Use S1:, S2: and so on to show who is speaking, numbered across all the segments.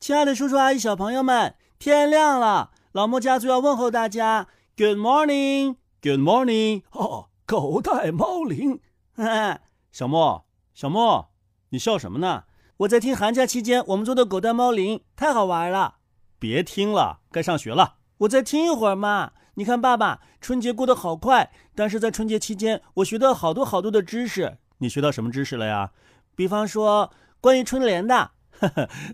S1: 亲爱的叔叔阿姨、小朋友们，天亮了，老莫家族要问候大家。Good morning，Good morning。
S2: 哦，狗带猫铃。
S1: 小莫，小莫，你笑什么呢？我在听寒假期间我们做的狗带猫铃，太好玩了。别听了，该上学了。我再听一会儿嘛。你看，爸爸，春节过得好快，但是在春节期间，我学到好多好多的知识。你学到什么知识了呀？比方说关于春联的。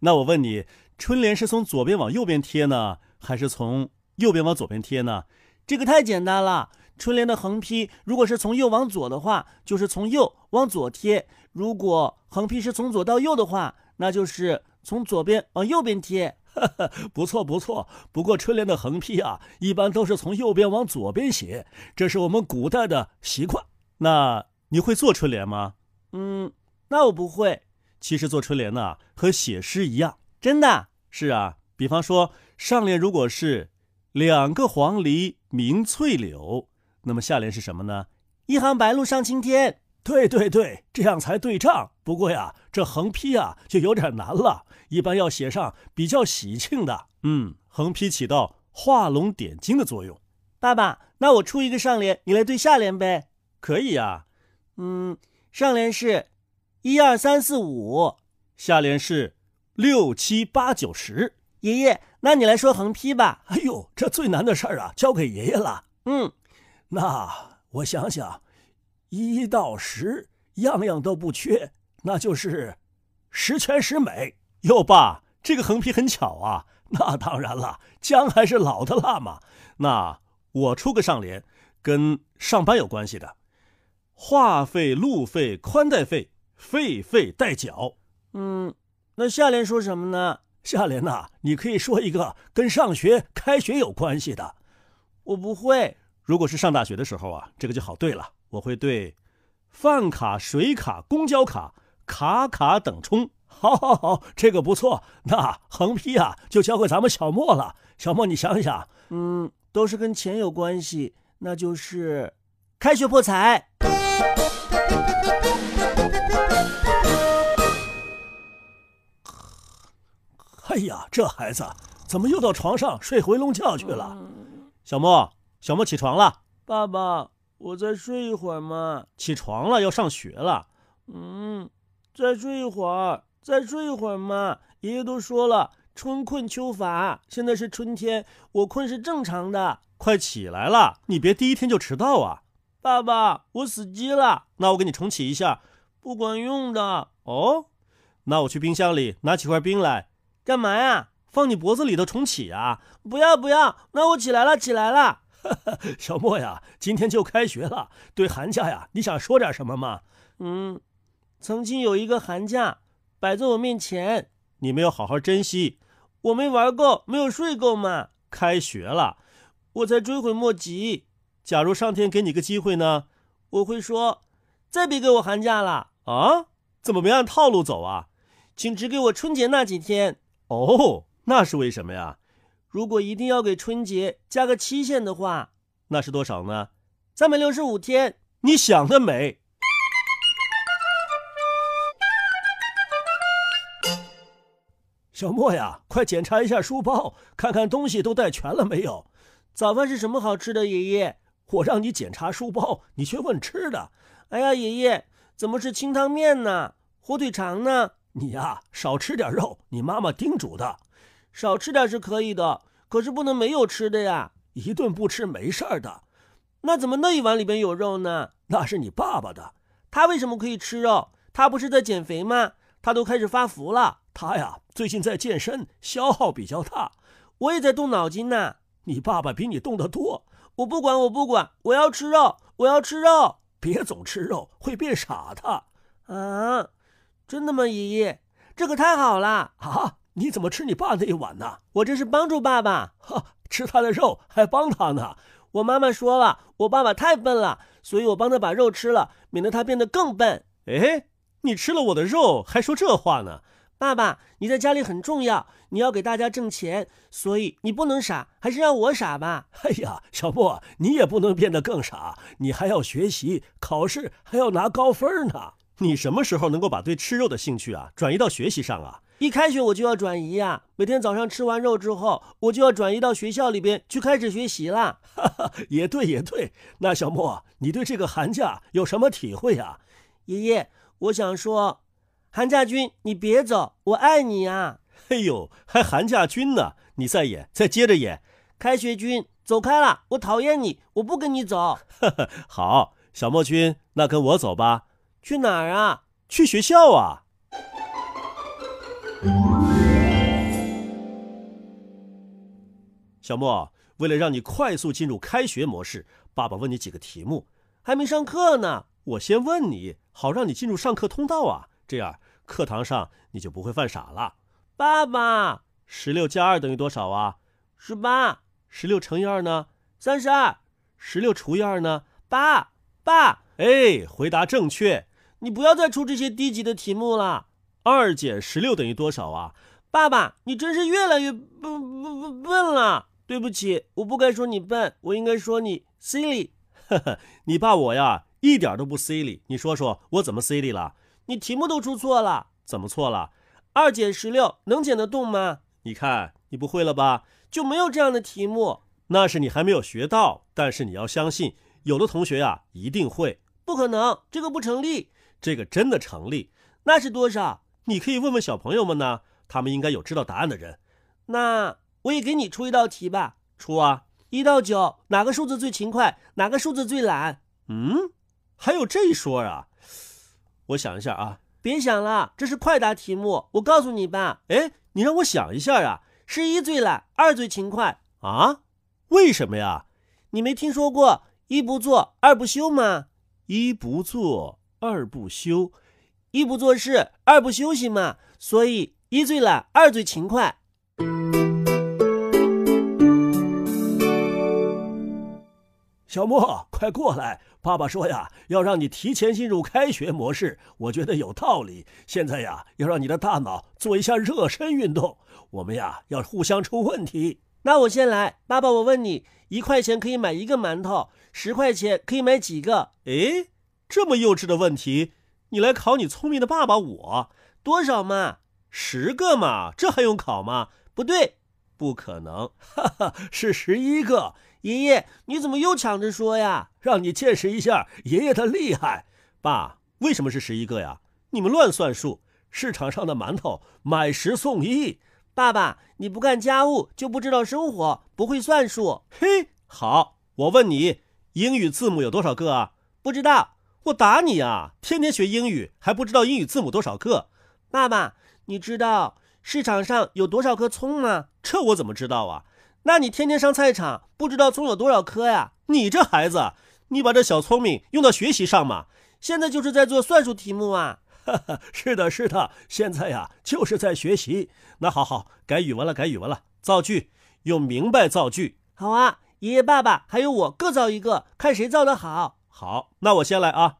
S1: 那我问你，春联是从左边往右边贴呢，还是从右边往左边贴呢？这个太简单了。春联的横批如果是从右往左的话，就是从右往左贴；如果横批是从左到右的话，那就是从左边往右边贴。
S2: 不错不错，不过春联的横批啊，一般都是从右边往左边写，这是我们古代的习惯。
S1: 那你会做春联吗？嗯，那我不会。其实做春联呢、啊，和写诗一样，真的是啊。比方说，上联如果是两个黄鹂鸣翠柳，那么下联是什么呢？
S3: 一行白鹭上青天。
S2: 对对对，这样才对仗。不过呀，这横批啊就有点难了，一般要写上比较喜庆的。
S1: 嗯，横批起到画龙点睛的作用。
S3: 爸爸，那我出一个上联，你来对下联呗？
S1: 可以呀、啊。
S3: 嗯，上联是。一二三四五，
S1: 下联是六七八九十。
S3: 爷爷，那你来说横批吧。
S2: 哎呦，这最难的事儿啊，交给爷爷了。
S3: 嗯，
S2: 那我想想，一到十，样样都不缺，那就是十全十美。
S1: 哟，爸，这个横批很巧啊。
S2: 那当然了，姜还是老的辣嘛。
S1: 那我出个上联，跟上班有关系的，话费、路费、宽带费。费费代缴，
S3: 嗯，那下联说什么呢？
S2: 下联呐、啊，你可以说一个跟上学、开学有关系的。
S3: 我不会。
S1: 如果是上大学的时候啊，这个就好对了。我会对饭卡、水卡、公交卡、卡卡等充。
S2: 好，好，好，这个不错。那横批啊，就交给咱们小莫了。小莫，你想想，
S3: 嗯，都是跟钱有关系，那就是开学破财。
S2: 哎呀，这孩子怎么又到床上睡回笼觉去了？
S1: 嗯、小莫，小莫起床了。
S3: 爸爸，我再睡一会儿嘛。
S1: 起床了，要上学了。
S3: 嗯，再睡一会儿，再睡一会儿嘛。爷爷都说了，春困秋乏，现在是春天，我困是正常的。
S1: 快起来了，你别第一天就迟到啊！
S3: 爸爸，我死机了。
S1: 那我给你重启一下。
S3: 不管用的。
S1: 哦，那我去冰箱里拿几块冰来。
S3: 干嘛呀？
S1: 放你脖子里头重启啊！
S3: 不要不要！那我起来了，起来了。
S2: 小莫呀，今天就开学了，对寒假呀，你想说点什么吗？
S3: 嗯，曾经有一个寒假摆在我面前，
S1: 你没有好好珍惜，
S3: 我没玩够，没有睡够嘛。
S1: 开学了，
S3: 我才追悔莫及。
S1: 假如上天给你个机会呢，
S3: 我会说，再别给我寒假了
S1: 啊！怎么没按套路走啊？
S3: 请只给我春节那几天。
S1: 哦，那是为什么呀？
S3: 如果一定要给春节加个期限的话，
S1: 那是多少呢？
S3: 三百六十五天。
S1: 你想得美！
S2: 小莫呀，快检查一下书包，看看东西都带全了没有。
S3: 早饭是什么好吃的？爷爷，
S2: 我让你检查书包，你却问吃的。
S3: 哎呀，爷爷，怎么是清汤面呢？火腿肠呢？
S2: 你呀、啊，少吃点肉，你妈妈叮嘱的。
S3: 少吃点是可以的，可是不能没有吃的呀。
S2: 一顿不吃没事儿的。
S3: 那怎么那一碗里边有肉呢？
S2: 那是你爸爸的。
S3: 他为什么可以吃肉？他不是在减肥吗？他都开始发福了。
S2: 他呀，最近在健身，消耗比较大。
S3: 我也在动脑筋呢。
S2: 你爸爸比你动得多。
S3: 我不管，我不管，我要吃肉，我要吃肉。
S2: 别总吃肉，会变傻的。
S3: 啊。真的吗，爷爷？这可太好了
S2: 啊！你怎么吃你爸那一碗呢？
S3: 我这是帮助爸爸，
S2: 哈，吃他的肉还帮他呢。
S3: 我妈妈说了，我爸爸太笨了，所以我帮他把肉吃了，免得他变得更笨。
S1: 哎，你吃了我的肉还说这话呢？
S3: 爸爸，你在家里很重要，你要给大家挣钱，所以你不能傻，还是让我傻吧。
S2: 哎呀，小莫，你也不能变得更傻，你还要学习，考试还要拿高分呢。
S1: 你什么时候能够把对吃肉的兴趣啊转移到学习上啊？
S3: 一开学我就要转移呀、啊每天早上吃完肉之后，我就要转移到学校里边去开始学习啦。
S1: 也对，也对。那小莫，你对这个寒假有什么体会啊？
S3: 爷爷，我想说，韩家军，你别走，我爱你啊！
S1: 哎呦，还寒假军呢？你再演，再接着演。
S3: 开学军，走开啦！我讨厌你，我不跟你走。
S1: 好，小莫君，那跟我走吧，
S3: 去哪儿啊？
S1: 去学校啊。小莫，为了让你快速进入开学模式，爸爸问你几个题目，
S3: 还没上课呢。
S1: 我先问你，好让你进入上课通道啊。这样，课堂上你就不会犯傻了。
S3: 爸爸，
S1: 十六加二等于多少啊？
S3: 十八，
S1: 十六乘以二呢？
S3: 三十二，
S1: 十六除以二呢？
S3: 爸爸，
S1: 哎，回答正确。
S3: 你不要再出这些低级的题目了。
S1: 二减十六等于多少啊？
S3: 爸爸，你真是越来越笨笨笨笨了。对不起，我不该说你笨，我应该说你 silly。
S1: 你爸我呀，一点都不 silly。你说说我怎么 silly 了？
S3: 你题目都出错了，
S1: 怎么错了？
S3: 二减十六能减得动吗？
S1: 你看你不会了吧？
S3: 就没有这样的题目，
S1: 那是你还没有学到，但是你要相信，有的同学呀、一定会，
S3: 不可能，这个不成立。
S1: 这个真的成立。
S3: 那是多少？
S1: 你可以问问小朋友们呢，他们应该有知道答案的人。
S3: 那我也给你出一道题吧，
S1: 出啊，
S3: 一到九，哪个数字最勤快？哪个数字最懒？
S1: 嗯，还有这一说啊？我想一下啊，
S3: 别想了，这是快答题目。我告诉你吧，
S1: 哎，你让我想一下啊
S3: 十一最懒，二最勤快。
S1: 啊，为什么呀？
S3: 你没听说过一不做二不休吗？
S1: 一不做二不休，
S3: 一不做事，二不休息嘛。所以一最懒，二最勤快。
S1: 小莫，快过来！爸爸说呀，要让你提前进入开学模式，我觉得有道理。现在呀，要让你的大脑做一下热身运动。我们呀，要互相出问题。
S3: 那我先来，爸爸，我问你，一块钱可以买一个馒头，十块钱可以买几个？
S1: 诶，这么幼稚的问题，你来考你聪明的爸爸我
S3: 多少嘛？
S1: 十个嘛，这还用考吗？
S3: 不对，
S1: 不可能，哈哈，是十一个，
S3: 爷爷，你怎么又抢着说呀？
S1: 让你见识一下爷爷的厉害。爸，为什么是十一个呀？你们乱算数，市场上的馒头买十送一。
S3: 爸爸，你不干家务就不知道生活，不会算数。
S1: 嘿，好，我问你，英语字母有多少个啊？
S3: 不知道，
S1: 我打你啊！天天学英语还不知道英语字母多少个，
S3: 爸爸，你知道市场上有多少颗葱吗？
S1: 这我怎么知道啊？
S3: 那你天天上菜场，不知道葱有多少颗呀？
S1: 你这孩子，你把这小聪明用到学习上嘛？
S3: 现在就是在做算术题目啊！
S1: 是的，是的，现在呀、就是在学习。那好好，改语文了，改语文了，造句用明白造句。
S3: 好啊，爷爷、爸爸还有我各造一个，看谁造的好。
S1: 好，那我先来啊。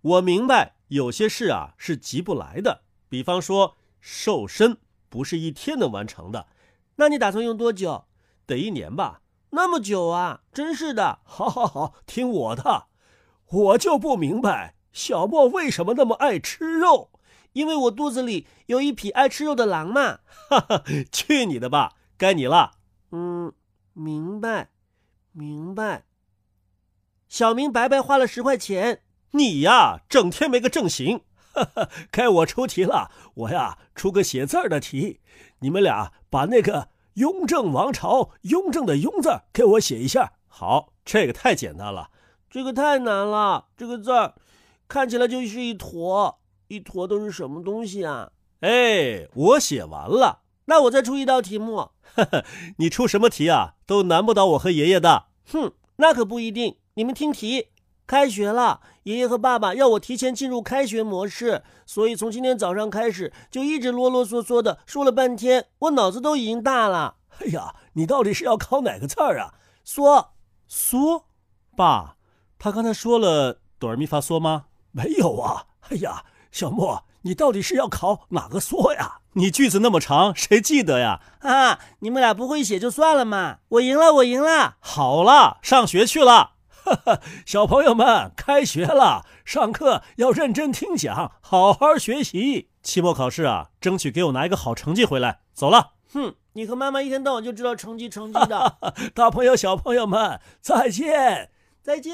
S1: 我明白有些事啊是急不来的，比方说瘦身不是一天能完成的，
S3: 那你打算用多久？
S1: 得一年吧。
S3: 那么久啊，真是的。
S1: 好好好，听我的，我就不明白小莫为什么那么爱吃肉。
S3: 因为我肚子里有一匹爱吃肉的狼嘛。
S1: 去你的吧，该你了。
S3: 嗯，明白，明白。小明白白花了十块钱，
S1: 你呀，整天没个正形。 该我出题了，我呀出个写字儿的题，你们俩把那个“雍正王朝”“雍正”的“雍”字儿给我写一下。好，这个太简单了。
S3: 这个太难了，这个字儿看起来就是一坨，一坨都是什么东西啊？
S1: 哎，我写完了，
S3: 那我再出一道题目，
S1: 你出什么题啊，都难不倒我和爷爷的。
S3: 哼，那可不一定。你们听题，开学了，爷爷和爸爸要我提前进入开学模式，所以从今天早上开始就一直啰啰嗦嗦的说了半天，我脑子都已经大了。
S1: 哎呀，你到底是要考哪个字儿啊？
S3: 说，
S1: 嗦，爸，他刚才说了哆来咪发嗦吗？没有啊。哎呀，小莫，你到底是要考哪个嗦呀？你句子那么长，谁记得呀？
S3: 啊，你们俩不会写就算了嘛，我赢了，我赢了。
S1: 好了，上学去了。小朋友们，开学了，上课要认真听讲，好好学习。
S4: 期末考试啊，争取给我拿一个好成绩回来。走了，
S3: 哼，你和妈妈一天到晚就知 道成绩成绩的。
S1: 大朋友、小朋友们，再见。
S3: 再见。